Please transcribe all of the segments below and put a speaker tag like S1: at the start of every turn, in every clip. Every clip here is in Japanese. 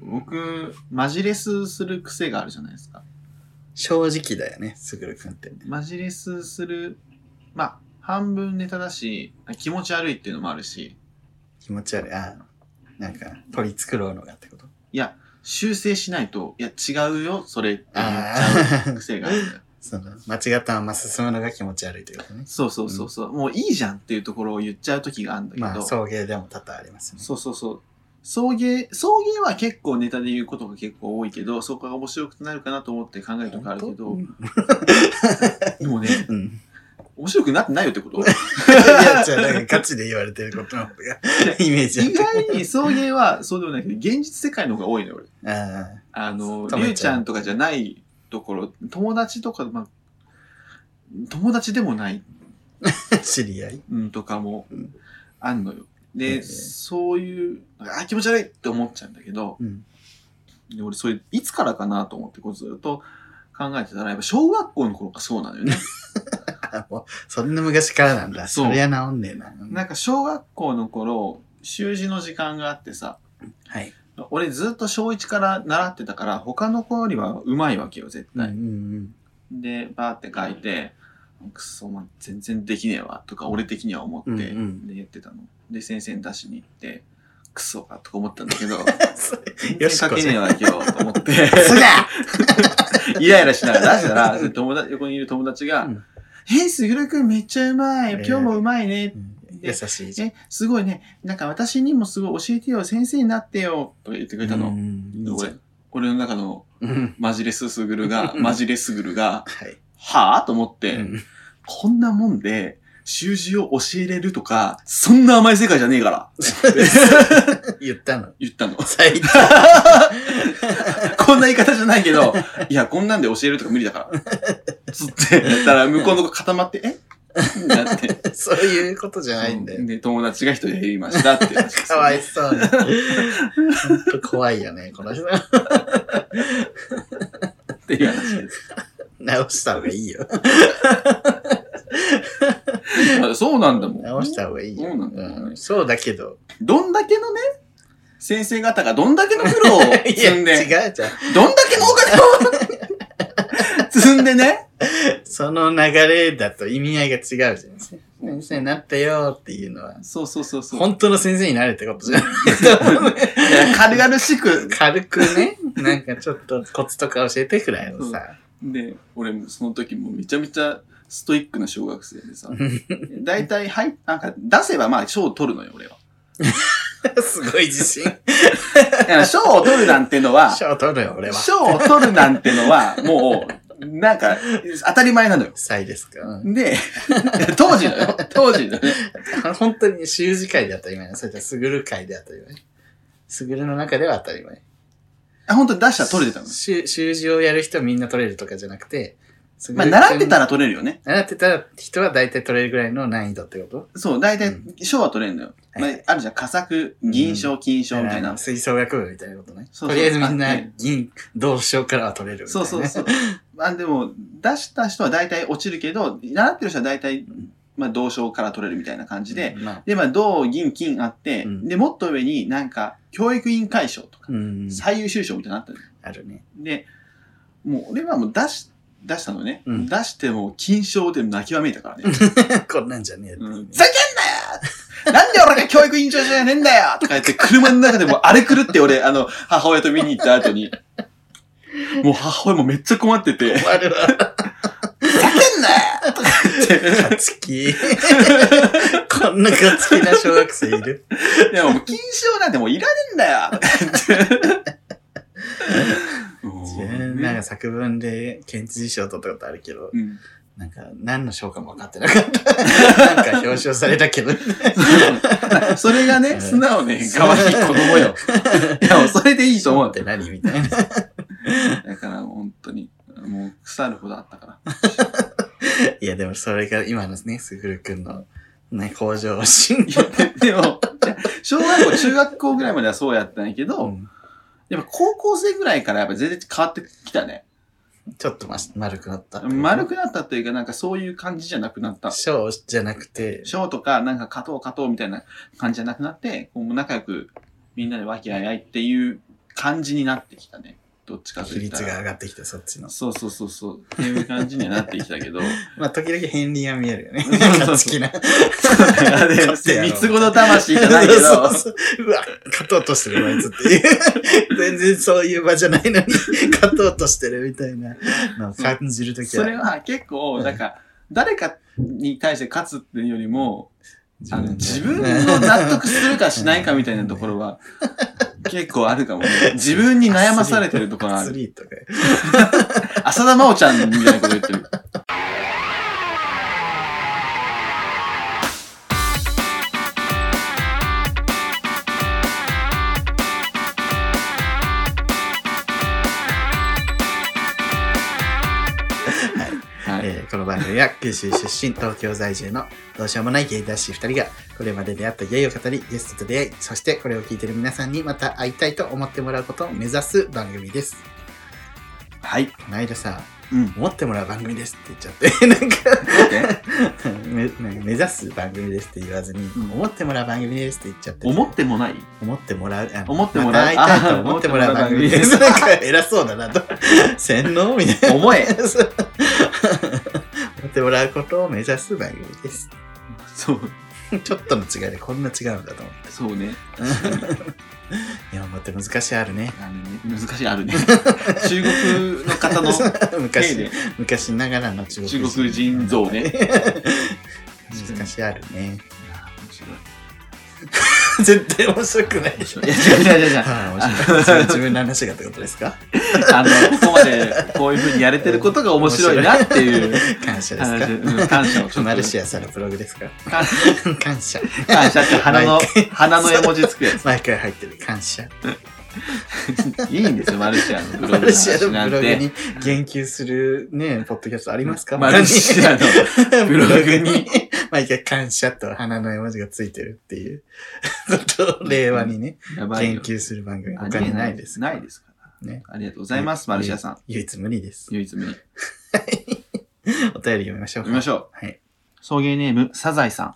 S1: 僕、マジレスする癖があるじゃないですか。
S2: 正直だよね、すぐるくんって。
S1: マジレスする、まあ、半分ネタだし、気持ち悪いっていうのもあるし、
S2: 気持ち悪い。ああ、なんか、取り繕うのがってこと
S1: いや、修正しないと、いや、違うよ、それって言っち
S2: あ
S1: ゃう
S2: あ、
S1: 癖があるんだよ。
S2: その、間違ったまま進むのが気持ち悪いということね。
S1: そうそうそうそう、もういいじゃんっていうところを言っちゃう時があるんだけど、
S2: まあ、送迎でも多々ありますね。
S1: そうそうそう。送迎、送迎は結構ネタで言うことが結構多いけど、そこが面白くなるかなと思って考えるとかあるけ ど、
S2: 本
S1: でもね、
S2: 当うん。
S1: 面白くなってないよってこと
S2: いや、じゃあ、なんかガチで言われてることの 方が、イメージあ
S1: 意
S2: る。
S1: 外に送迎はそうでもないけど、現実世界の方が多いのよ、俺。
S2: ああ、
S1: あの、
S2: 止めちゃう
S1: りゅうちゃんとかじゃないところ、友達とか、まあ、友達でもない、
S2: 知り合い
S1: うん、とかも
S2: うん、
S1: あんのよ。
S2: え
S1: で、
S2: え
S1: そういう、あ、気持ち悪いって思っちゃうんだけど、
S2: うん。
S1: で俺、それ、いつからかなと思って、こうずっと考えてたら、やっぱ小学校の頃がそうなのよね。
S2: あもう、そんな昔からなんだ。
S1: そう
S2: そりゃ治んねえな。
S1: なんか、小学校の頃、習字の時間があってさ、
S2: はい。
S1: 俺ずっと小1から習ってたから、他の子よりはうまいわけよ、絶
S2: うんう
S1: 対。
S2: ん
S1: で、バーって書いて、くそ、ま、全然できねえわ、とか、俺的には思って、
S2: うんうん
S1: で、言ってたの。で、先生に出しに行って、クソか、とか思ったんだけど、
S2: うん。それ
S1: 全
S2: よ
S1: 然
S2: し
S1: 書
S2: こ
S1: け
S2: じゃん
S1: ねえわ、今日、と思って、
S2: すが
S1: イライラしながら出したら、友達、横にいる友達が、
S2: うん
S1: え、すぐるくんめっちゃうまい、
S2: えー
S1: 今日もうまいね
S2: う、ん優しいじゃん。
S1: え、すごいね、なんか私にもすごい教えてよ、先生になってよ、とか言ってくれたの。
S2: うんいいじゃ
S1: 俺
S2: ん。、
S1: 俺の中の
S2: うん
S1: マジレスすぐるが、マジレスぐるが、
S2: はい。
S1: はぁと思って、
S2: うん
S1: こんなもんで、習字を教えれるとか、そんな甘い世界じゃねえから。
S2: 言ったの。。
S1: 言ったの
S2: 最低。
S1: こんな言い方じゃないけど、いや、こんなんで教えるとか無理だから。つって、やったら向こうの子固まって、えってなって。
S2: そういうことじゃないんだよ。
S1: で、友達が一人減りましたって話です
S2: かわいそうに。ほんと怖いよね、この人。
S1: っていう話です。
S2: 直した方がいいよ。
S1: あそうなんだもん。
S2: 直した方がいいよ。
S1: そうなんだ
S2: うんそうだけど。
S1: どんだけのね、先生方がどんだけの苦労を
S2: いや、
S1: 積ん
S2: 違
S1: で、
S2: うじゃん。
S1: どんだけのお金を 積んでね、
S2: その流れだと意味合いが違うじゃん。先生になったよっていうのは、
S1: そうそうそうそう。
S2: 本当の先生になれってことじゃん。
S1: いや 軽々しく
S2: 軽くね、なんかちょっとコツとか教えてくらいのさ。
S1: で、俺もその時もめちゃめちゃストイックな小学生でさ、大体、はい、なんか出せばまあ賞を取るのよ、 俺は。
S2: すごい自信。
S1: だから賞を取るなんての は、
S2: 賞取るよ、俺は。
S1: 賞を取るなんてのは、もう、なんか、当たり前なのよ。
S2: 歳ですか。うん
S1: で、 当時のよ、当時のね。
S2: 本当に習字会で当たり前なのそれじゃすぐる会で当たり前。すぐるの中では当たり前。
S1: あ本当に出したら取れてたの。
S2: 習習字をやる人みんな取れるとかじゃなくて、す
S1: まあ、習ってた
S2: ら
S1: ら取れるよね。
S2: 習ってたら人は大体取れるぐらいの難易度ってこと
S1: そう、大体、賞は取れるのよ。
S2: はいはい
S1: まあ、あるじゃん、佳作、銀賞、金賞みたいな。
S2: 吹奏楽部みたいなことね。
S1: そうそう
S2: とりあえずみん
S1: あ
S2: な
S1: ね
S2: 銀、同賞からは取れるみたい
S1: そ
S2: な、
S1: う
S2: ね。
S1: そうそう。まあでも、出した人は大体落ちるけど、習ってる人は大体、まあ同賞から取れるみたいな感じで、
S2: まあ、
S1: で、まあ銅、銀、金あって、
S2: うん
S1: で、もっと上になんか、教育委員会賞とか、
S2: うん。
S1: 最優秀賞みたいなのあったのよ
S2: あるね。
S1: で、もう俺はもう出し、出したのね。
S2: うん
S1: 出しても、金賞で泣きわめいたから ね。
S2: こんなんじゃねえっていううね、
S1: んふざけんなよなんで俺が教育委員長じゃねえんだよとか言って、車の中でもあれ狂って俺、あの、母親と見に行った後に、もう母親もめっちゃ困ってて、
S2: 困るわ。
S1: ふざけんなよとか言 って、
S2: ガチキ。こんなガチキな小学生いる
S1: でも、金賞なんてもういらねえんだよとか言って。もう
S2: なんか作文で県知事賞取ったことあるけど、
S1: うん
S2: なんか何の賞かも分かってなか った。なんか表彰されたけど。
S1: それがね、素直ね、可愛い子供よ。いや、もうそれでいいと思
S2: 賞っ
S1: う。
S2: て何みたいな。
S1: だから、本当に、もう腐るほどあったから。
S2: いやでもそれが今のね、すぐるくんの、ね、向上心。
S1: でも、じゃあ小学校、中学校ぐらいまではそうやったんやけど、
S2: うん
S1: やっぱ高校生ぐらいからやっぱ全然変わってきたね。
S2: ちょっとまし丸くなった。
S1: 丸くなったというか、なんかそういう感じじゃなくなった。
S2: 賞じゃなくて、
S1: ショーとか、なんか勝とう勝とうみたいな感じじゃなくなって、こうもう仲良くみんなで和気あいあいっていう感じになってきたね。どっちかと
S2: 比
S1: いった
S2: 率
S1: ら。
S2: が上がってきた、そっちの。
S1: そうそうそうそう。っていう感じにはなってきたけど。
S2: まあ、時々片鱗が見えるよね。
S1: そうそうそう
S2: 勝つ気な。
S1: あれ、
S2: 勝手やろ
S1: 三つ子の魂じゃないけ
S2: そ
S1: ど
S2: う。 そううわ、勝とうとしてる、こいつって いう。全然そういう場じゃないのに、勝とうとしてるみたいなのを感じるとき
S1: そ
S2: は。
S1: れは結構、なんか、誰かに対して勝つっていうよりも、あの自分の納得するかしないかみたいなところは、結構あるかもね。自分に悩まされてるところあ
S2: アス
S1: る。
S2: リートが。
S1: 浅田真央ちゃんみたいなこと言ってる。はい
S2: えーこの番組は九州出身、東京在住のどうしようもないゲイ男子2人がこれまで出会ったゲイを語り、ゲストと出会い、そしてこれを聞いてる皆さんにまた会いたいと思ってもらうことを目指す番組です。
S1: はい。
S2: この間さ、
S1: うん。
S2: 思ってもらう番組ですって言っちゃって、 なんか
S1: 待って
S2: めなんか目指す番組ですって言わずに、
S1: うん
S2: 思ってもらう番組ですって言っちゃって。
S1: 思ってもない
S2: 思ってもらう、あの
S1: 思ってもらう
S2: また会いたい
S1: あ
S2: と思ってもらう番組です。
S1: 思って
S2: なんか 偉そうだなと。洗脳みたいな。
S1: 思え
S2: そう思ってもらうことを目指す番組です。
S1: そう。
S2: ちょっとの違いでこんな違うんだと思って。
S1: そうね。
S2: 日本語って難しいあるね。
S1: あのね難しい、あるね。中国の方の例
S2: 昔
S1: で、
S2: 昔ながらの中国
S1: 中国人像ね。
S2: 難しいあるね。
S1: 面白い
S2: 絶対面白くないでし ょ。
S1: いや、違う違う違う違う。
S2: はい、面白い。それ自分の話がってことですか
S1: あの、ここまでこういうふうにやれてることが面白いなっていう
S2: 感謝です
S1: 話、
S2: か
S1: うん感謝をちょっと。
S2: マルシアさんのブログですか
S1: 感
S2: 感謝。
S1: 感謝って鼻の
S2: 毎、
S1: 鼻の絵文字つくやつ。
S2: 毎回入ってる感謝。
S1: いいんですよ、マルシアのブログ
S2: マ
S1: の
S2: ルシア
S1: 話
S2: のブ
S1: なん
S2: ログ
S1: て。
S2: に言及するね、ポッドキャストありますか
S1: マルシアの。ブログに。
S2: 毎回感謝と花の絵文字がついてるっていうことを令和にね、
S1: やばい
S2: 言
S1: よ。
S2: 及する番組
S1: あ
S2: 他にないです。
S1: ないですから。
S2: ね
S1: ありがとうございます、マルシアさん。
S2: 唯一無二です。
S1: 唯一無二。
S2: お便り読みましょう
S1: 読みまし
S2: ょう。
S1: ょ。
S2: はいう
S1: 送迎ネーム、サザエさん。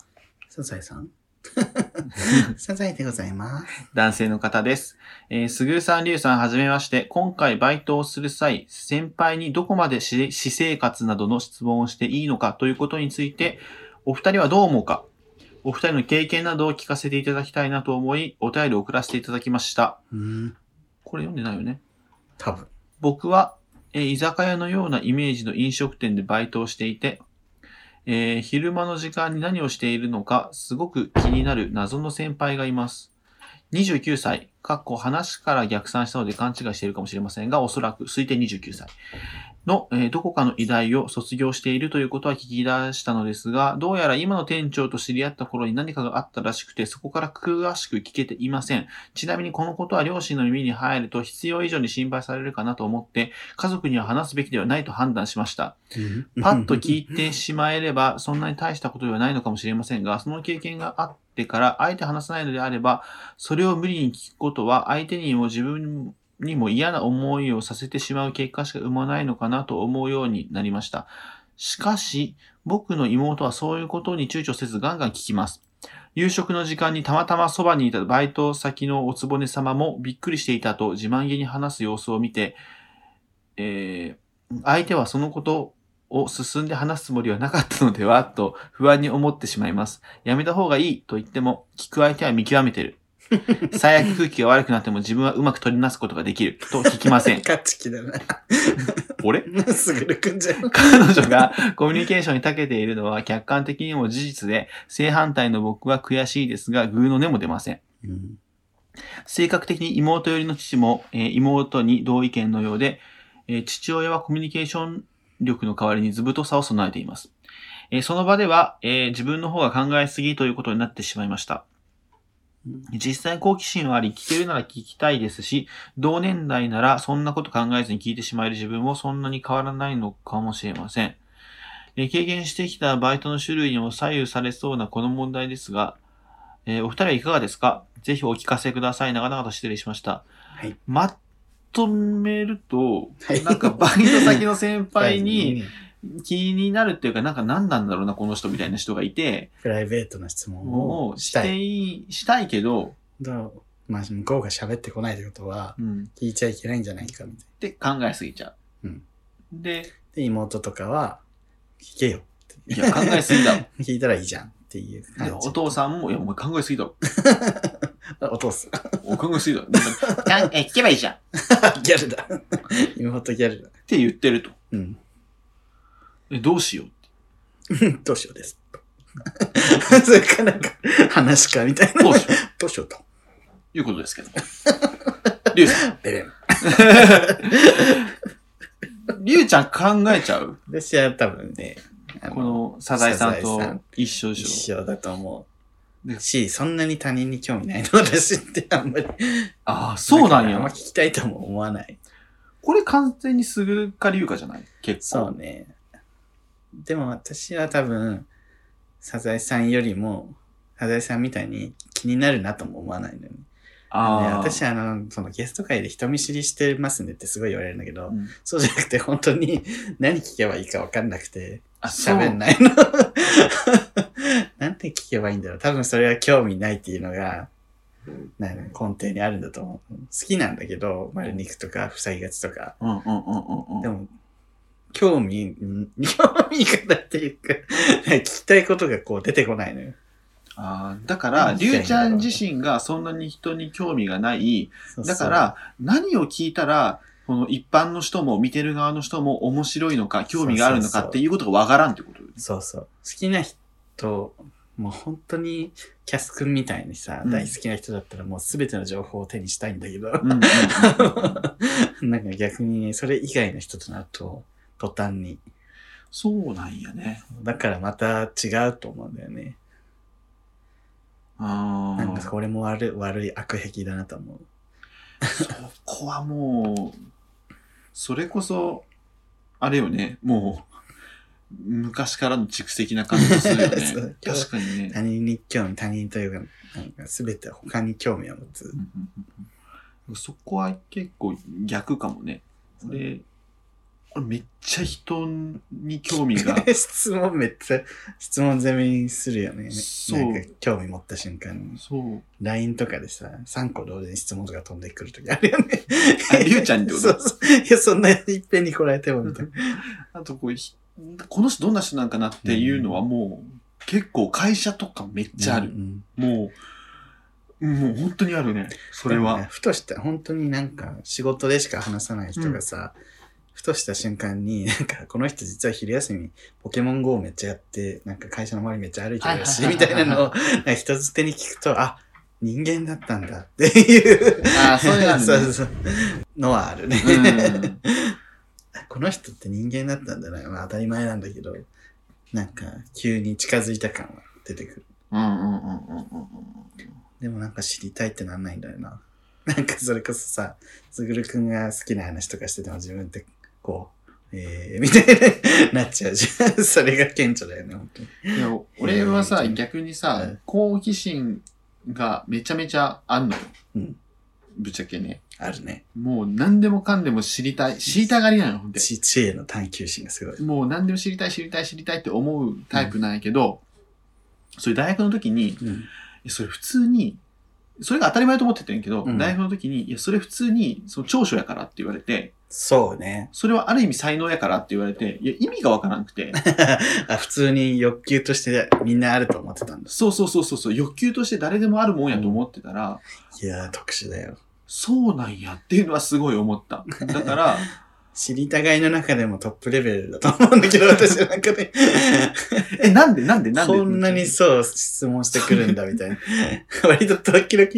S2: サザエさん サザエでございます。
S1: 男性の方です。えー、すぐるさん、りゅうさん、はじめまして。今回バイトをする際、先輩にどこまでし私生活などの質問をしていいのかということについて、お二人はどう思うかお二人の経験などを聞かせていただきたいなと思い、お便りを送らせていただきました。
S2: うん、
S1: これ読んでないよね。
S2: 多分。
S1: 僕は、えー居酒屋のようなイメージの飲食店でバイトをしていて、えー昼間の時間に何をしているのか、すごく気になる謎の先輩がいます。29歳、かっこ話から逆算したので勘違いしているかもしれませんが、おそらく推定29歳の、えーどこかの医大を卒業しているということは聞き出したのですが、どうやら今の店長と知り合った頃に何かがあったらしくて、そこから詳しく聞けていません。ちなみにこのことは両親の耳に入ると必要以上に心配されるかなと思って、家族には話すべきではないと判断しました。パッと聞いてしまえれば、そんなに大したことではないのかもしれませんが、その経験があってから、あえて話さないのであれば、それを無理に聞くことは、相手にも自分にも嫌な思いをさせてしまう結果しか生まないのかなと思うようになりました。しかし、僕の妹はそういうことに躊躇せずガンガン聞きます。夕食の時間にたまたまそばにいたバイト先のおつぼね様もびっくりしていたと自慢げに話す様子を見て、えー相手はそのことを進んで話すつもりはなかったのではと不安に思ってしまいます。やめた方がいいと言っても、聞く相手は見極めてる。最悪空気が悪くなっても自分はうまく取りなすことができると聞きません。
S2: カチキだな。
S1: 俺
S2: すぐるくんじゃん。
S1: 彼女がコミュニケーションに長けているのは客観的にも事実で、正反対の僕は悔しいですが、偶の根も出ません。
S2: うん
S1: 性格的に妹寄りの父も、えー妹に同意見のようで、えー父親はコミュニケーション力の代わりに図太さを備えています。えーその場では、えー自分の方が考えすぎということになってしまいました。実際好奇心はあり、聞けるなら聞きたいですし、同年代ならそんなこと考えずに聞いてしまえる自分もそんなに変わらないのかもしれません。えー経験してきたバイトの種類にも左右されそうなこの問題ですが、えーお二人はいかがですかぜひお聞かせください。長々と失礼しました。
S2: はい
S1: まとめると、
S2: はい
S1: なんかバイト先の先輩
S2: は
S1: に
S2: い、
S1: 気になるっていうか、なんか何なんだろうな、この人みたいな人がいて、
S2: プライベートな質問
S1: も
S2: を
S1: う
S2: し
S1: したて
S2: い。
S1: い、したいけど、
S2: どうまあ、向こうが喋ってこないってことは、
S1: うん。
S2: 聞いちゃいけないんじゃないかみたいな。
S1: って考えすぎちゃう。
S2: うん
S1: で、
S2: で、妹とかは、聞けよ。
S1: いや、考えすぎ だろ。
S2: 聞いたらいいじゃんっていう感
S1: で
S2: じ。
S1: お父さんも、いや、お前考えすぎだろ。
S2: あお父さん。
S1: お考えすぎだろ。なんかえ、聞けばいいじゃん。っ
S2: ギャルだ。妹ギャルだ。
S1: て言ってると。
S2: うん。
S1: え、どうしようって。
S2: どうしようです。 それかなんか、話かみたいな。
S1: どうしよう
S2: どうしようと。
S1: いうことですけ ど。りゅうさん。
S2: ベレン。
S1: りゅうちゃん考えちゃう
S2: 私は多分ね、あ
S1: この、サザエさん
S2: サ
S1: と
S2: ザエさん
S1: 一緒で
S2: 一
S1: しょ。
S2: 緒だと思
S1: で
S2: う。し、そんなに他人に興味ないの私ってあんまり。
S1: ああ、そうなん
S2: あんま
S1: や
S2: 聞。きたいとも思わない。
S1: これ完全にすぐかりゅうかじゃない結
S2: そう
S1: 構。
S2: ね。でも私は多分、サザエさんよりも、サザエさんみたいに気になるなとも思わないのよね。で
S1: ああ。
S2: 私あの、そのゲスト会で人見知りしてますねってすごい言われるんだけど、
S1: うん
S2: そうじゃなくて本当に何聞けばいいか分かんなくて、
S1: あ、そう。
S2: 喋んないの。なんて聞けばいいんだろう。多分それは興味ないっていうのが、なんか根底にあるんだと思う。好きなんだけど、丸肉とか塞ぎがちとか。
S1: うんうんうんうんうん。
S2: でも、興味、 うん興味がないっていうか、聞きたいことがこう出てこないのよ。
S1: ああ、だから、
S2: うん
S1: りゅうちゃん自身がそんなに人に興味がない。
S2: そうそ
S1: だ
S2: う
S1: か、ら、何を聞いたら、この一般の人も見てる側の人も面白いのか、興味があるの
S2: そうそ
S1: か
S2: うそう
S1: っていうことがわからんってこと
S2: そうそう。好きな人、もう本当にキャス君みたいにさ、
S1: うん
S2: 大好きな人だったらもう全ての情報を手にしたいんだ けど、
S1: うんうんうんうん
S2: なんか逆にね、それ以外の人となると、途端に。
S1: そうなんやね。
S2: だからまた違うと思うんだよね。
S1: あ
S2: なんか
S1: あ、
S2: これも悪い悪い悪癖だなと思う。
S1: ここはもう、それこそ、あれよね、もう、昔からの蓄積な感じがするよ
S2: そ
S1: ね
S2: う。
S1: 確かにね。
S2: 他人に興味、他人というか、なんか全て他に興味を持つ、
S1: う。んうんうんうんそこは結構逆かもね。俺、俺めっちゃ人に興味が
S2: 質問めっちゃ、質問攻めにするよね。
S1: そう
S2: なんか興味持った瞬間に。
S1: そう。
S2: LINE とかでさ、3個同時に質問とか飛んでくるときあるよね。
S1: ありゅうちゃんってこと
S2: そうそう。いや、そんなにいっぺんに来られてもみたいな。
S1: あとこう、ひこの人どんな人なんかなっていうのはもう、結構会社とかめっちゃあ
S2: う
S1: る。
S2: ん
S1: もう、もう本当にあるね。それ
S2: でもね
S1: は。
S2: ふとした、本当になんか仕事でしか話さない人がさ、ふとした瞬間に、なんかこの人実は昼休みポケモン GO めっちゃやって、なんか会社の周りめっちゃ歩いてるらしい
S1: はい
S2: み
S1: は
S2: た
S1: いはいはい
S2: いなのを、なんか人づてに聞くと、あ、人間だったんだっていう。
S1: ああ、そういうのあるね
S2: そうそうのはあるね。
S1: うん
S2: この人って人間だったんだな。まあ当たり前なんだけど、なんか急に近づいた感は出てくる。
S1: うんうんうんうんうんうん。
S2: でもなんか知りたいってなんないんだよな。なんかそれこそさ、つぐるくんが好きな話とかしてても自分ってこう、えー、みたいななっちゃうじゃん。それが顕著だよね、本当に。
S1: いや、俺はさ、
S2: えー
S1: 逆に
S2: う
S1: さ
S2: ん、
S1: 好奇心がめちゃめちゃあんのよ。
S2: うん
S1: ぶっちゃけね。
S2: あるね。
S1: もう何でもかんでも知りたい。知りたがりなの、ほんで。
S2: 知知恵の探求心がすごい。
S1: もう何でも知りたい、知りたい、知りたいって思うタイプなんやけど、それ大学の時に、
S2: うん。
S1: えそれ普通に、それが当たり前と思ってたんやけど、
S2: うん
S1: 大学の時に、いや、それ普通に、その長所やからって言われて、
S2: そうね。
S1: それはある意味才能やからって言われて、いや、意味がわからなくて、
S2: あ普通に欲求としてみんなあると思ってたんだ。
S1: そうそうそうそうそう、欲求として誰でもあるもんやと思ってたら、
S2: いやー、特殊だよ。
S1: そうなんやっていうのはすごい思った。だから、
S2: 知りたがいの中でもトップレベルだと思うんだけど、私なんかね、
S1: え、なんで なんでなんで
S2: こんなにそう質問してくるんだみたいな。 割と時々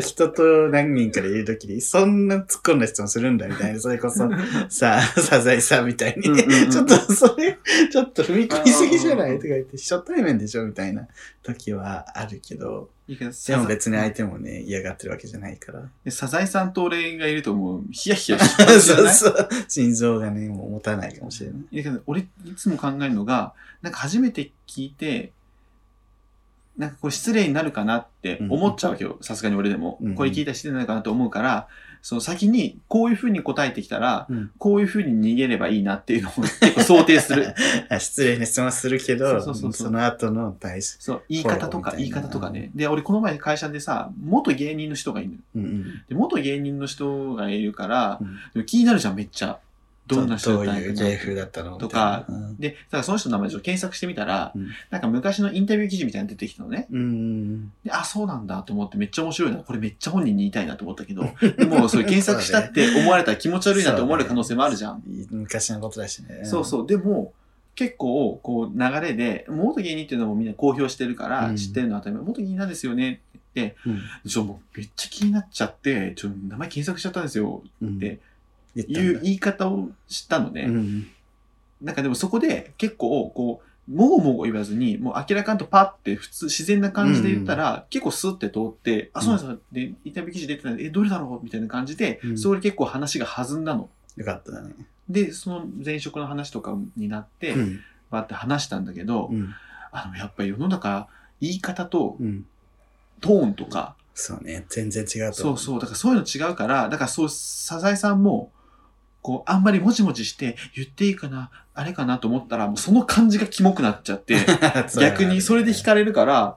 S2: 人と何人かでいる時に、そんな突っ込んだ質問するんだみたいな。それこそ、さあ、サザエさんみたいに。
S1: うんうんうん
S2: ちょっとそれ、ちょっと踏み込みすぎじゃな
S1: うん
S2: い
S1: うん
S2: とか言って、初対面でしょみたいな時はあるけど、
S1: いいけど
S2: でも別に相手もね、嫌がってるわけじゃないから。
S1: でサザエさんと俺がいるともうヒヤヒヤしちゃうじゃ
S2: そう
S1: ない
S2: そう。心臓がね、もう持たないかもしれない。
S1: いやけど俺いつも考えるのが、なんか初めて聞いて、なんかこう失礼になるかなって思っちゃうわけよ。さすがに俺でも
S2: うんうん。
S1: これ聞いたら失礼になるかなと思うから、その先にこういうふうに答えてきたら、
S2: うん
S1: こういうふうに逃げればいいなっていうのを結構想定する。
S2: あ失礼な質問する
S1: そ
S2: けど、
S1: うそうそうそう
S2: その後の対し、
S1: そう、言い方とか
S2: フォロー
S1: 言い
S2: みたいな
S1: 方とかね。で、俺この前会社でさ、元芸人の人がいるのよ。
S2: うんうん
S1: で、元芸人の人がいるから
S2: う、ん、
S1: でも気になるじゃん、めっちゃ。どんな人だ
S2: どう
S1: ったの
S2: いう芸風だったの
S1: とか、
S2: みたいな
S1: で、だからその人の名前を検索してみたら、
S2: うん
S1: なんか昔のインタビュー記事みたいなの出てきたのね。
S2: うん。
S1: で、あ、そうなんだと思ってめっちゃ面白いな。これめっちゃ本人に言いたいなと思ったけど、でもそれ検索したって思われたら気持ち悪いなって思われる可能性もあるじゃん。
S2: 昔のことだしね。
S1: そうそう。でも、結構、こう、流れで、元芸人っていうのもみんな公表してるから、
S2: うん
S1: 知ってるのは当たり前。元芸人なんですよね。
S2: うん。
S1: ちょ、もう、めっちゃ気になっちゃって、ちょ、名前検索しちゃったんですよ。
S2: うん。
S1: で
S2: 言ったんだ、
S1: いう言い方をしたのね。
S2: うん。
S1: なんかでもそこで結構こう、もごもご言わずに、もう明らかんとパって普通、自然な感じで言ったら、結構スッて通って、あ、そうなんですよ。で、インタビュー記事出てたんで、え、どれだろうみたいな感じで、
S2: うん
S1: それ結構話が弾んだの。
S2: よかっただね。
S1: で、その前職の話とかになって、
S2: ん。
S1: バーって話したんだけど、
S2: うん。
S1: あの、やっぱり世の中、言い方と
S2: うん。
S1: トーンとか、
S2: そうね。全然違うと
S1: そ
S2: 思
S1: う そう、だからそういうの違うから、だからそう、サザエさんも、こう、あんまりもちもちして、言っていいかな、あれかなと思ったら、もうその感じがキモくなっちゃ って、
S2: う
S1: 逆にそれで惹かれるから、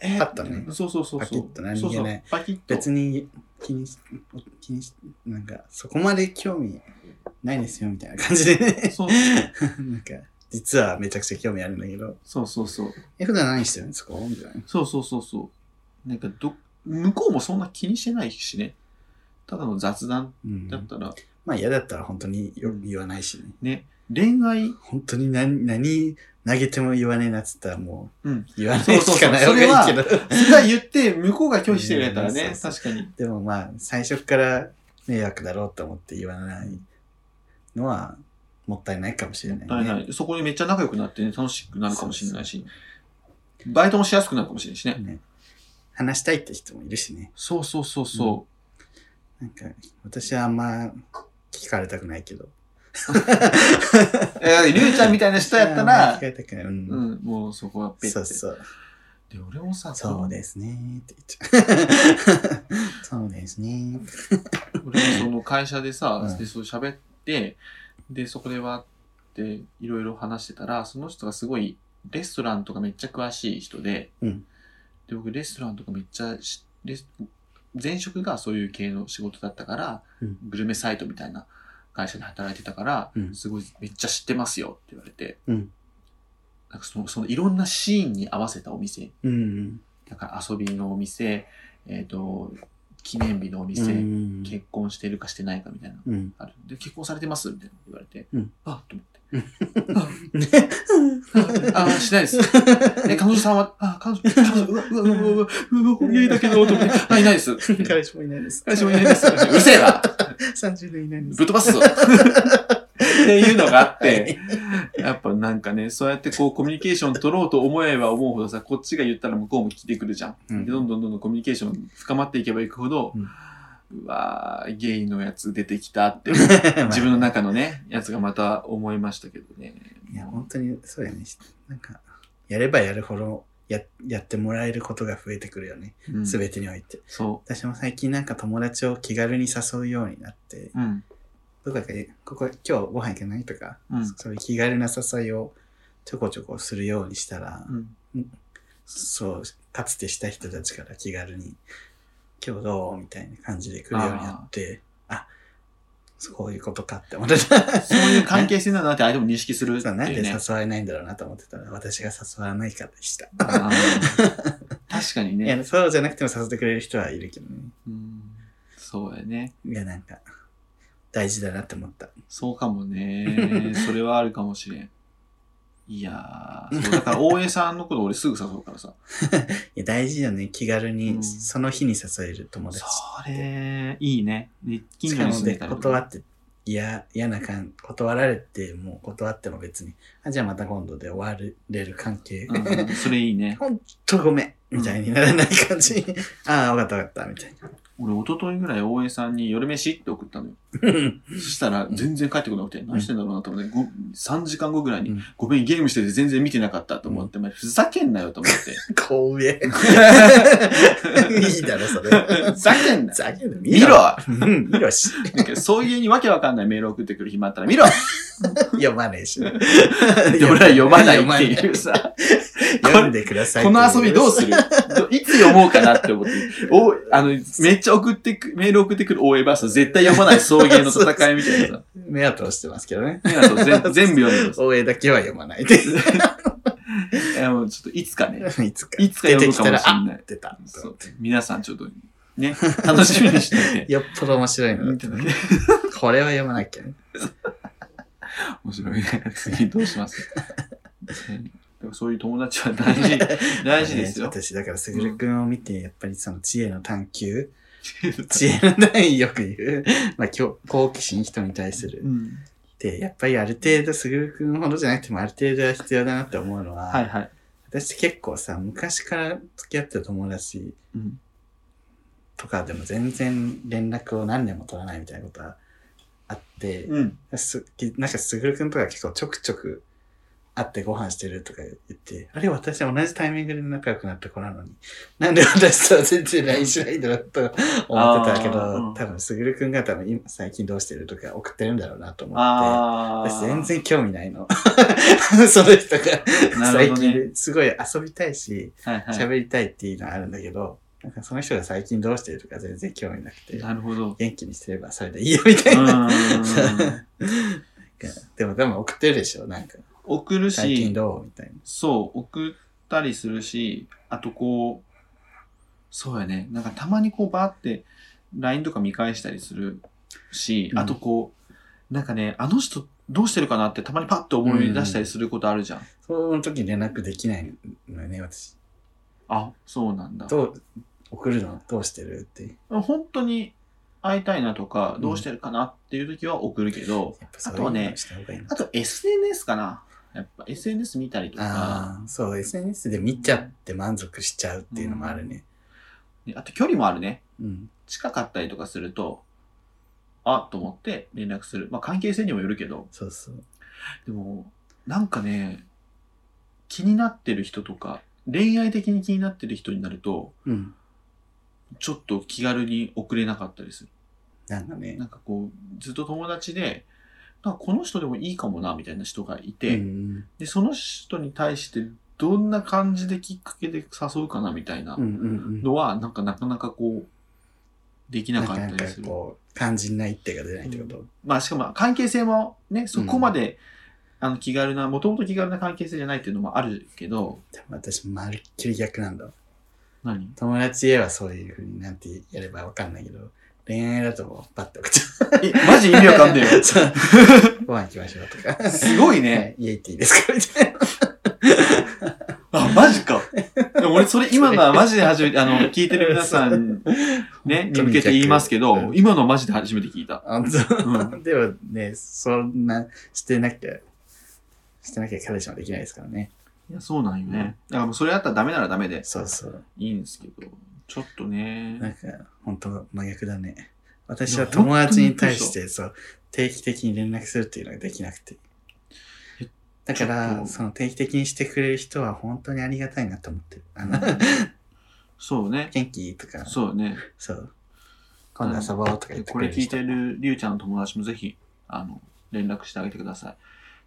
S1: え
S2: パッとね
S1: そうそうそうそう。
S2: パキッと何
S1: そう
S2: 気
S1: そう
S2: ない。
S1: パキッと。
S2: 別に気にし、気にし、なんか、そこまで興味ないですよ、みたいな感じでね。
S1: そう
S2: なんか、実はめちゃくちゃ興味あるんだけど、
S1: そうそうそう。
S2: え、普段何してるんですかみたいな。
S1: そうそうそうそう。なんかど、向こうもそんな気にしてないしね。ただの雑談
S2: うん
S1: だ。ったら、
S2: まあ嫌だったら本当によく言わないしね。
S1: ね、恋愛、
S2: 本当に何、何投げても言わねえなっつったらもう、
S1: うん
S2: 言わないしかない
S1: そうそうそ
S2: 方
S1: う
S2: がいいけど。
S1: それは言って、向こうが拒否してるやったら
S2: う
S1: ね
S2: ん、そう
S1: 確かに。
S2: でもまあ、最初から迷惑だろうと思って言わないのは、もったいないかもしれない、ね。
S1: はいはい。そこにめっちゃ仲良くなってね、楽しくなるかもしれないし、バイトもしやすくなるかもしれないしね。
S2: ね話したいって人もいるしね。
S1: そうそうそうそ
S2: なんか、私はあんま聞かれたくないけど。
S1: う。えー、りゅうちゃんみたいな人やった
S2: あんま
S1: ら
S2: 聞か、れたくない。うん。
S1: うん、もうそこはペッて。
S2: そうそう。
S1: で、俺もさ、
S2: そうですねって言っち ゃう。そうですね
S1: 俺もその会社でさ、
S2: うん
S1: でそう喋って、で、そこではっていろいろ話してたら、その人がすごいレストランとかめっちゃ詳しい人で、
S2: うん
S1: で、僕レストランとかめっちゃしレス、前職がそういう系の仕事だったから、
S2: うん
S1: グルメサイトみたいな会社で働いてたから、
S2: うん
S1: すごいめっちゃ知ってますよって言われて、
S2: うん
S1: なんかその、そのいろんなシーンに合わせたお店、
S2: うん。
S1: だから遊びのお店、えっ、と、記念日のお
S2: う
S1: 店、
S2: ん。
S1: 結婚してるかしてないかみたいなの
S2: うん。
S1: あるで結婚されてますみたいな言われて、
S2: うん
S1: あっと思ってああしないですえ彼女さんはあ彼女彼女うわうわうわうわうわうわいいだけどと思ってあいないです
S2: 彼氏もいないです。
S1: 彼氏もいないです うるせえな
S2: 30年いないん です。
S1: ぶっ飛ばすぞっていうのがあって、やっぱなんかね、そうやってこうコミュニケーション取ろうと思えば思うほどさ、こっちが言ったら向こうも聞いてくるじゃん。
S2: うん
S1: どんどんどんどんコミュニケーション深まっていけばいくほど、
S2: う
S1: うんわー、ゲイのやつ出てきたって、自
S2: 自
S1: 分の中のね、やつがまた思いましたけどね。
S2: いや、本当にそうやね。なんか、やればやるほどややってもらえることが増えてくるよね。
S1: うん
S2: すべ、てにおいて。
S1: そ
S2: 私も最近なんか友達を気軽に誘うようになって、
S1: う。うん。
S2: どこかで、ここ今日ご飯行かないとか、
S1: うん
S2: そういう気軽な誘いをちょこちょこするようにしたら、
S1: うん。
S2: そう、かつてした人たちから気軽に、今日どうみたいな感じで来るようになって、あそうこういうことかって思ってた。
S1: そういう関係性なんだなって相手も認識するって
S2: そ
S1: いうう
S2: なんで
S1: ね。
S2: 誘われないんだろうなと思ってたら、私が誘わないからでした。
S1: あー 確かに
S2: い
S1: ね。
S2: や、そうじゃなくても誘ってくれる人はいるけどね。
S1: うん、そうやね。
S2: いや、なんか、大事だなって思った。
S1: そうかもね。それはあるかもし れん。いやー、そうだから大江さんのこと俺すぐ誘う からさ。
S2: いや、大事よね。気軽に、
S1: うん
S2: その日に誘える友達
S1: そ
S2: って。
S1: れ、いいね。で近所
S2: しか
S1: に
S2: も
S1: 住んで
S2: で、
S1: たりとか
S2: 断って、嫌、嫌な感、断られて、もう断っても別に、あ、じゃあまた今度で終われる関係。
S1: うん、それいいね。
S2: ほんとごめんみたいにならない感じ。ああ、わかったわかった、みたいな。
S1: 俺、一昨日ぐらい大江さんに夜飯って送ったのよ。
S2: うん
S1: そしたら、全然帰ってこなくて、何してんだろうなと思って、ご3時間後ぐらいに、
S2: うん
S1: ごめん、ゲームしてて全然見てなかったと思って、お前ふざけんなよと思って。
S2: 怖 え。いいだろ、それ。
S1: ふざけんなよ
S2: ざけんな
S1: 見ろ
S2: うん見ろし。
S1: なんかそういうにわけわかんないメール送ってくる暇あったら見ろ
S2: 読まねえ し。
S1: で俺は読まない
S2: 読
S1: って
S2: ま
S1: い
S2: な
S1: う
S2: い
S1: さ、
S2: 読んでください。
S1: この遊びどうす
S2: る
S1: るどいつ読もうかなって思って。おあの、めっちゃ送ってく、メール送ってくる大江バスは絶対読まない送迎の戦いみたいなさ。
S2: 目は通してますけどね。
S1: ねあと全部全部読んでます。
S2: 応援だけは読まないで。
S1: いやもうちょっといつかね、
S2: いつか。
S1: いつか
S2: 出
S1: 読
S2: て
S1: む
S2: き
S1: かも
S2: たら、
S1: しれ
S2: あ
S1: ない。
S2: 出た。
S1: そう皆さんちょっと、 ね、楽しみにしてて。
S2: よっぽど面白いのだっ
S1: 見
S2: て
S1: て
S2: ね
S1: ね
S2: これは読まなきゃね。
S1: 面白いね。次どうし ますねでもそういう友達は大事、大事ですよ。
S2: 私、だから、すぐるくんを見て、やっぱりその知恵の探求、知恵の単位よく言う、 まあ、きょ好奇心人に対する
S1: う。ん
S2: で、やっぱりある程度、すぐるくんほどじゃなくても、ある程度は必要だなって思うのは、
S1: はいはい。
S2: 私結構さ、昔から付き合ってた友達
S1: うん
S2: とかでも全然連絡を何年も取らないみたいなことはあって、
S1: うん。
S2: すきなんかすぐるくんとか結構ちょくちょく会ってご飯してるとか言って、あれ私同じタイミングで仲良くなった子なのに、なんで私とは全然 LINE しないんだろうと思ってたけ
S1: あーう
S2: ど、
S1: ん
S2: 多分すぐるくんが多分今最近どうしてるとか送ってるんだろうなと思って、
S1: ああ。
S2: 私全然興味ないの。 その人が
S1: なる
S2: 最
S1: ほどね
S2: 近すごい遊びたいし、
S1: はいはい
S2: 喋りたいっていうのはあるんだけど、なんかその人が最近どうしてるとか全然興味なくて、
S1: なるほど。
S2: 元気にしてればそれでいいよみた
S1: う
S2: いな。
S1: ん
S2: でも、でも送ってるでしょ、なんか。
S1: 送る
S2: 最近
S1: し、
S2: どうみたい
S1: そう、送ったりするし、あとこう、そうやね、なんかたまにこうバーって LINE とか見返したりするし、
S2: うん
S1: あとこう、なんかね、あの人どうしてるかなってたまにパッと思い出したりすることあるじゃん。
S2: な。その時連絡できないのよね、私。
S1: あ、そうなんだ。
S2: どう、送るのどうしてるって。
S1: 本当に会いたいなとか、
S2: うん
S1: どうしてるかなっていう時は送るけど、
S2: やっぱそう
S1: あ
S2: い
S1: と
S2: う
S1: は
S2: の
S1: ね
S2: した方がいいの。
S1: あと SNS かな。やっぱ SNS 見たりとか、
S2: ああ、そう、SNS で見ちゃって満足しちゃうっていうのもあるね。
S1: であと距離もあるね。
S2: うん。
S1: 近かったりとかすると、あっと思って連絡する。まあ関係性にもよるけど、
S2: そうそう。
S1: でも、なんかね、気になってる人とか、恋愛的に気になってる人になると、
S2: うん。
S1: ちょっと気軽に送れなかったりす
S2: なんかね
S1: る。な。んかこう、ずっと友達で、なんかこの人でもいいかもな、みたいな人がいうて、
S2: ん
S1: で、その人に対してどんな感じできっかけで誘うかな、みたいな
S2: うんうんうん。
S1: のは、なんかなかなかこう、できな
S2: な
S1: か
S2: か
S1: っ
S2: な
S1: た
S2: か
S1: りする。
S2: こう、肝心な一手が出ないってこと。
S1: まあしかも関係性もね、そこまで、あの気軽な、もともと気軽な関係性じゃないっていうのもあるけど、
S2: でも私、まるっきり逆なんだわ。
S1: 何
S2: 友達へはそういうふうになんてやればわかんないけど、恋愛だともうパッと送っちゃう。
S1: え、マジ意味わかんね えよ。
S2: そうご飯行きましょうとか。
S1: すごい
S2: は
S1: ね。
S2: い家行っていいですかみたいな。
S1: あ、マジか。でも俺それ今のはマジで初めて、あの、聞いてる皆さん、ね、に向けて言いますけ
S2: うん
S1: ど、今のはマジで初めて聞いた。
S2: 本
S1: う
S2: 当でもね、そんな、してなきゃ、してなきゃ彼氏もできないですからね。
S1: いや、そうなんよね。だからもうそれやったらダメならダメで
S2: そうそう。
S1: いいんですけど、ちょっと
S2: なん
S1: ね。
S2: か、本当真逆だね。
S1: い
S2: 私は
S1: や本当
S2: 友
S1: に
S2: 達に対して、そう、定期的に連絡するっていうのができなくて
S1: え。
S2: だか
S1: ちょ
S2: ら、
S1: っと
S2: その定期的にしてくれる人は本当にありがたいなと思ってる。あの、
S1: そうね。
S2: 元気とか、
S1: そうね。
S2: そう。今度遊ぼうとか言って
S1: こ
S2: く
S1: れ
S2: れる
S1: 聞い
S2: 人。
S1: てるりゅうちゃんの友達もぜひ、あの、連絡してあげてくださ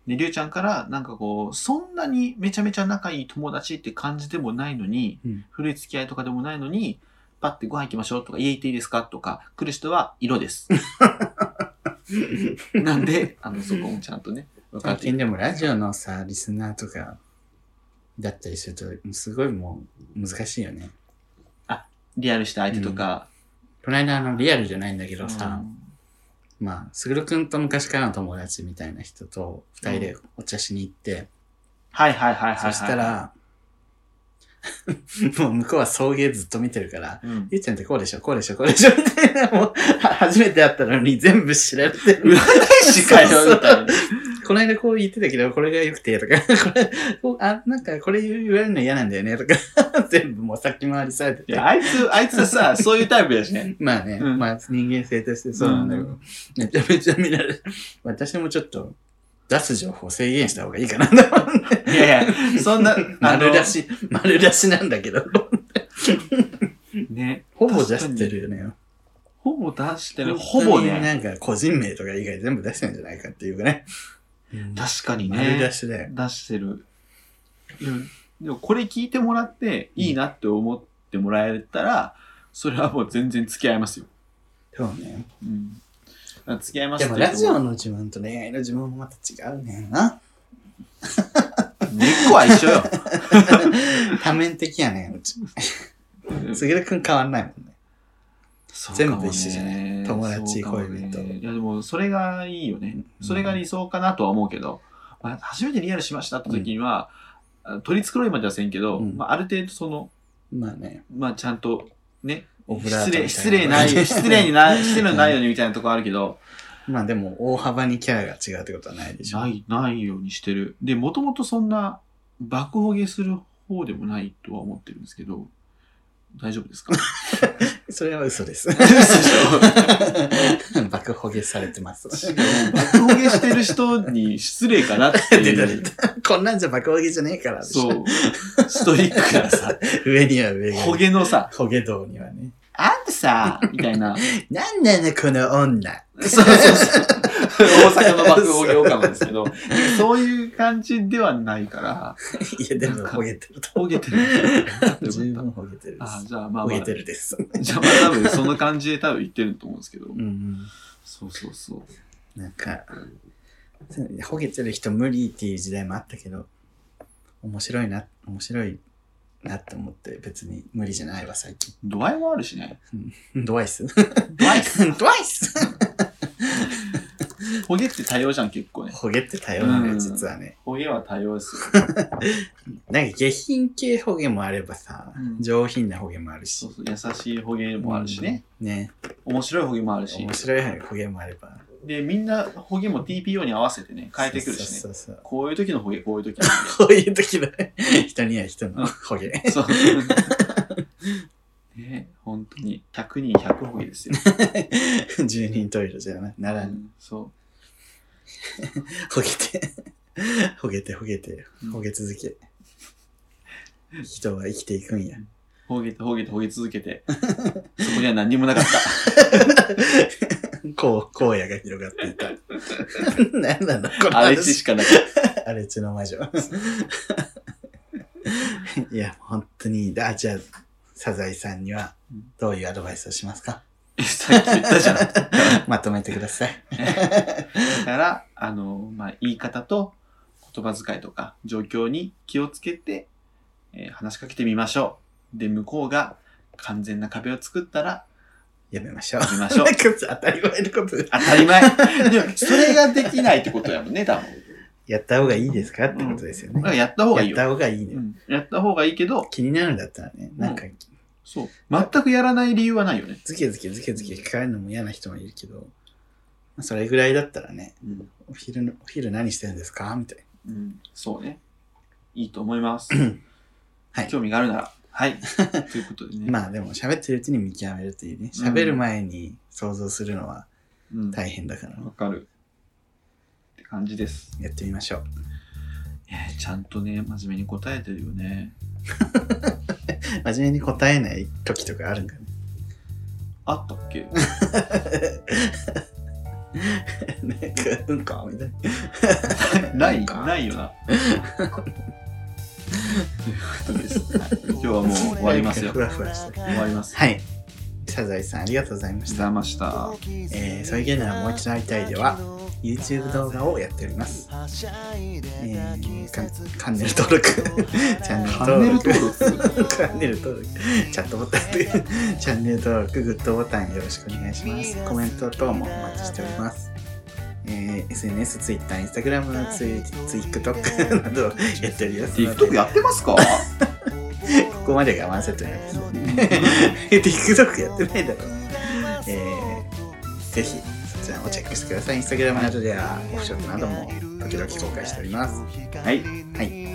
S1: い。で、りゅうちゃんから、なんかこう、そんなにめちゃめちゃ仲いい友達って感じでもないのに、
S2: うん
S1: 古い付き合いとかでもないのに、パッてご飯行きましょうとか、家行っていいですかとか、来る人は色 です。なんで、あの、そこもちゃんとね、分か
S2: 最
S1: ってい
S2: 近
S1: く。
S2: でもラジオのさ、リスナーとかだったりすると、すごいもう難しいよね。
S1: リアルした相手とか、
S2: この間あの、リアルじゃないんだけ
S1: う
S2: ど
S1: ん
S2: さ、まあ、すぐるくんと昔からの友達みたいな人と二人でお茶しに行って、
S1: はいはいはいはい、はい。
S2: そした、ら、 もう向こうは送迎ずっと見てるから、
S1: うん。
S2: ゆうちゃんってこうでしょ、こうでしょ、こうでしょ、みた いな、もう、は初めて会ったのに全部知られてる。
S1: 占い師かよ、みたいな。
S2: この間こう言ってたけど、これが良くて、とか、 これ、こうあ、なんかこれ言われるの嫌なんだよね、とか、 全部もう先回りされて
S1: い
S2: て
S1: や、。あいつ、あいつはさ、そういうタイプだしね。
S2: まあね、
S1: うん
S2: まあ人間性としてそうなんだけど、
S1: うん
S2: めちゃめちゃ見られる。 私もちょっと、出す情報制限した方がいいか なと思って。
S1: いやいや、そんな、あの
S2: 丸出し、丸出しなんだけど。
S1: ね。
S2: ほぼ出してるよね。
S1: ほぼ出してる。ほぼ
S2: 本当
S1: ね。
S2: になんか個人名とか以外全部出してるんじゃないかっていうかね。
S1: 確かに
S2: 丸出
S1: ね。
S2: しだよ。
S1: 出してる。でも、でもこれ聞いてもらって、いいなって思ってもらえたら、それはもう全然付き合いますよ。
S2: そうね。
S1: うん。あ付き合います
S2: で
S1: って
S2: も
S1: 言っ
S2: ラ
S1: て
S2: ジオの自慢と恋愛の自慢もまた違うねんな。
S1: 根っこは一緒 よ。
S2: 多面的やねん、うち。
S1: うん
S2: すぐるくん変わんないもんね。
S1: そう
S2: 全
S1: か
S2: 部
S1: もね
S2: 一緒じゃない友達
S1: そうかもね
S2: 恋人
S1: いやでもそれがいいよね。
S2: うん
S1: それが理想かなとは思うけど、まあ、初めてリアルしましたって時には、あ取り繕いまではせんけど、
S2: うん
S1: まあ、ある程度その、
S2: まあね。
S1: まあ、ちゃんとね、
S2: オブラ
S1: 失
S2: ートみた
S1: 礼、
S2: いな
S1: 失礼 ない、失礼にな、失礼のないようにみたいなとこあるけど、
S2: まあでも大幅にキャラが違うってことはないでしょ。
S1: ない、ないようにしてる。で、もともとそんな爆ほげする方でもないとは思ってるんですけど、大丈夫 ですか
S2: それは嘘です。爆ほげされてます。
S1: 爆ほげしてる人に失礼かなって
S2: 出
S1: い
S2: た
S1: う。
S2: 出た。こんなんじゃ爆ほげじゃねえから。
S1: そう。ストイックな さ、
S2: 上には上が。
S1: ほ。げのさ、
S2: ほげ道にはね。
S1: あんたさ、みたい な。
S2: なんなのこの女。
S1: そうそうそう。大阪の爆ほげオカマですけど、 そういう感じではないから、
S2: いや、でもほげてると。
S1: ほげてる。よかった
S2: 十
S1: よかっ
S2: 分ほげてるで
S1: た。あ
S2: す。
S1: じゃあまあ
S2: ほ
S1: まあ、
S2: げ
S1: じ
S2: てるです。
S1: ゃあまあ多分その感じで多分言ってると思うんですけど。
S2: うん。
S1: そうそうそう。
S2: なんか、ほげてる人無理っていう時代もあったけど、面白いな、面白いなって思って、別に無理じゃないわ、最近。
S1: 度合いもあるしね。
S2: ドワイス
S1: 度合い
S2: ドワイス
S1: ほげって多様じゃん、結構ね。
S2: ほげって多様なの
S1: う
S2: よ、
S1: ん
S2: 実はね。
S1: ほげは多様ですよ。
S2: なんか下品系ほげもあればさ
S1: うん、
S2: 上品なほげもあるし
S1: そう。そう、優しいほげもあるしね。
S2: うん。ね。
S1: 面白いほげもあるし
S2: 面。白いほげもあれば。
S1: で、みんなほげも TPO に合わせてね、変えてくるしね
S2: そ。うそうそう。
S1: こういう時のホゲ、こういう時のホ
S2: こういう時だね。人には人のほげ。
S1: ゲ。そう。 ね本当に。100人100ホゲですよ。
S2: 十人トイレじゃななら。
S1: うんんそ
S2: ほげて。ほげてほげて
S1: う。ん
S2: ほげ続け。人は生きていく んや。
S1: う。ホゲてホゲてホゲ続けて。そこには何にもな かった。
S2: こう、荒野が広がっていた。 なんなんだこの
S1: 荒れ地し
S2: 話。
S1: かなかっ
S2: 荒れ地の魔女。 いや、本当にいいんだ。あじゃあ、サザエさんには
S1: うん、
S2: どういうアドバイスをしますか
S1: た。 さっき言ったじゃん。だ
S2: まとめてください。
S1: から、あの、まあ、言い方と言葉遣いとか、状況に気をつけて、えー話しかけてみましょう。で、向こうが完全な壁を作ったら、
S2: やめましょう。
S1: やめま しょう
S2: なん。か当たり前のこと。
S1: 当たり前。でも、それができないってことやもんね、多分。
S2: やった方がいいですかってことですよ
S1: だか
S2: ね。
S1: らやった方がいい
S2: や
S1: よ。
S2: った方がいいね。
S1: うんやった方がいいけど、
S2: 気になるんだったらね、なんか、
S1: そう。全くやらない理由はないよね。
S2: ズケズケズケズケ聞かれるのも嫌な人もいるけど、まあそれぐらいだったらね、
S1: うん。
S2: お昼の、お昼何してるんですかみたいな。
S1: そうね。いいと思います。
S2: はい
S1: 興味があるなら。はい。ということで ね。
S2: まあでも喋ってるうちに見極めるというね、喋る前に想像するのは
S1: うん。
S2: 大変だから、
S1: わかる。って感じです。
S2: やってみましょう。
S1: えーちゃんとね、真面目に答えてるよね。
S2: 真面目に答えない時とかあるんだね。
S1: あったっ け
S2: なんか、うんかみたいな。
S1: ない、
S2: なんか
S1: ないよな。ということです。はい今日はもう終わりますよ
S2: ふ。わふわしてる。
S1: 終わります。
S2: はい。サザエさんありがとうございま
S1: ご
S2: し
S1: ざ
S2: た。
S1: いました。
S2: えー、そういうゲームならもう一度会いたいでは、YouTube 動画をやっております。えー、かチャンネル登録チャンネル
S1: チャンネル登録
S2: チャンネル登録チャットボタンでチャンネル登録グッドボタンよろしくお願いしますコメント等もお待ちしておりますえー、SNS、Twitter、Instagram、ツイ TikTok などやっておりますので
S1: TikTok やってますか
S2: ここまでがワンセットになって ますね TikTok やってないだろうなえー、ぜひちらもチェックしてください。インスタグラムなどではオフショットなども時々公開しております。
S1: はい。
S2: はい。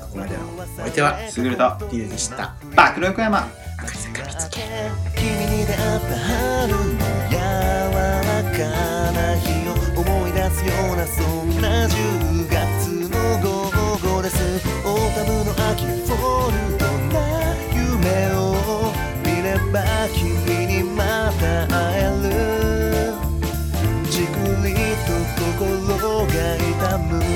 S2: ここまでのお相手は、
S1: 優れた
S2: リュウでした。
S1: バックル横山
S2: 赤坂見つけ。
S3: 君に出会った春の柔らかな日を思い出すようなそんな10月の午後ですオータムの秋フォルトな夢を見れば君にまた会えるじくりと心が痛む